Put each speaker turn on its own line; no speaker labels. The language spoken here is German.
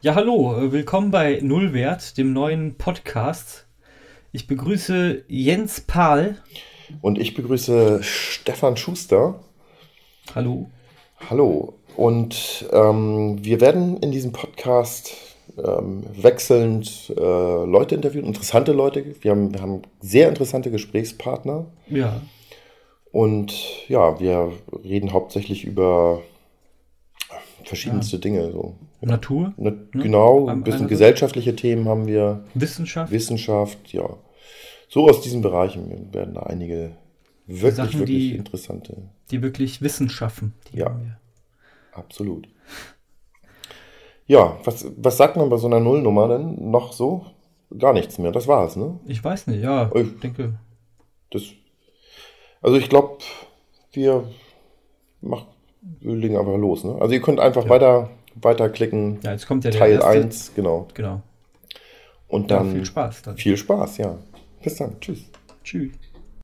Ja, hallo, äh, willkommen bei Nullwert, dem neuen Podcast. Ich begrüße Jens Pahl.
Und ich begrüße Stefan Schuster.
Hallo.
Hallo. Und ähm, wir werden in diesem Podcast ähm, wechselnd äh, Leute interviewen, interessante Leute. Wir haben, wir haben sehr interessante Gesprächspartner.
Ja.
Und ja, wir reden hauptsächlich über verschiedenste Dinge. So.
Natur,
Na,
Ne?
Genau,
Am-
ein bisschen
einerseits.
gesellschaftliche Themen haben wir,
Wissenschaft,
Wissenschaft, ja. So aus diesen Bereichen werden da einige wirklich,
Sachen,
wirklich
die-
interessante.
die wirklich Wissen schaffen. Die
Ja.
haben wir.
Absolut. Ja, was, was sagt man bei so einer Nullnummer denn noch so? Gar nichts mehr. Das war's, ne?
Ich weiß nicht, ja,
Ui.
ich denke,
Das, also ich glaube, wir machen, wir legen einfach los, ne? Also ihr könnt einfach
Ja.
weiter, weiterklicken.
ja, jetzt kommt ja der
Teil
erste.
1, genau.
Genau.
Und
Ja,
dann
viel Spaß dann.
viel Spaß, ja. Bis dann. Tschüss.
Tschüss.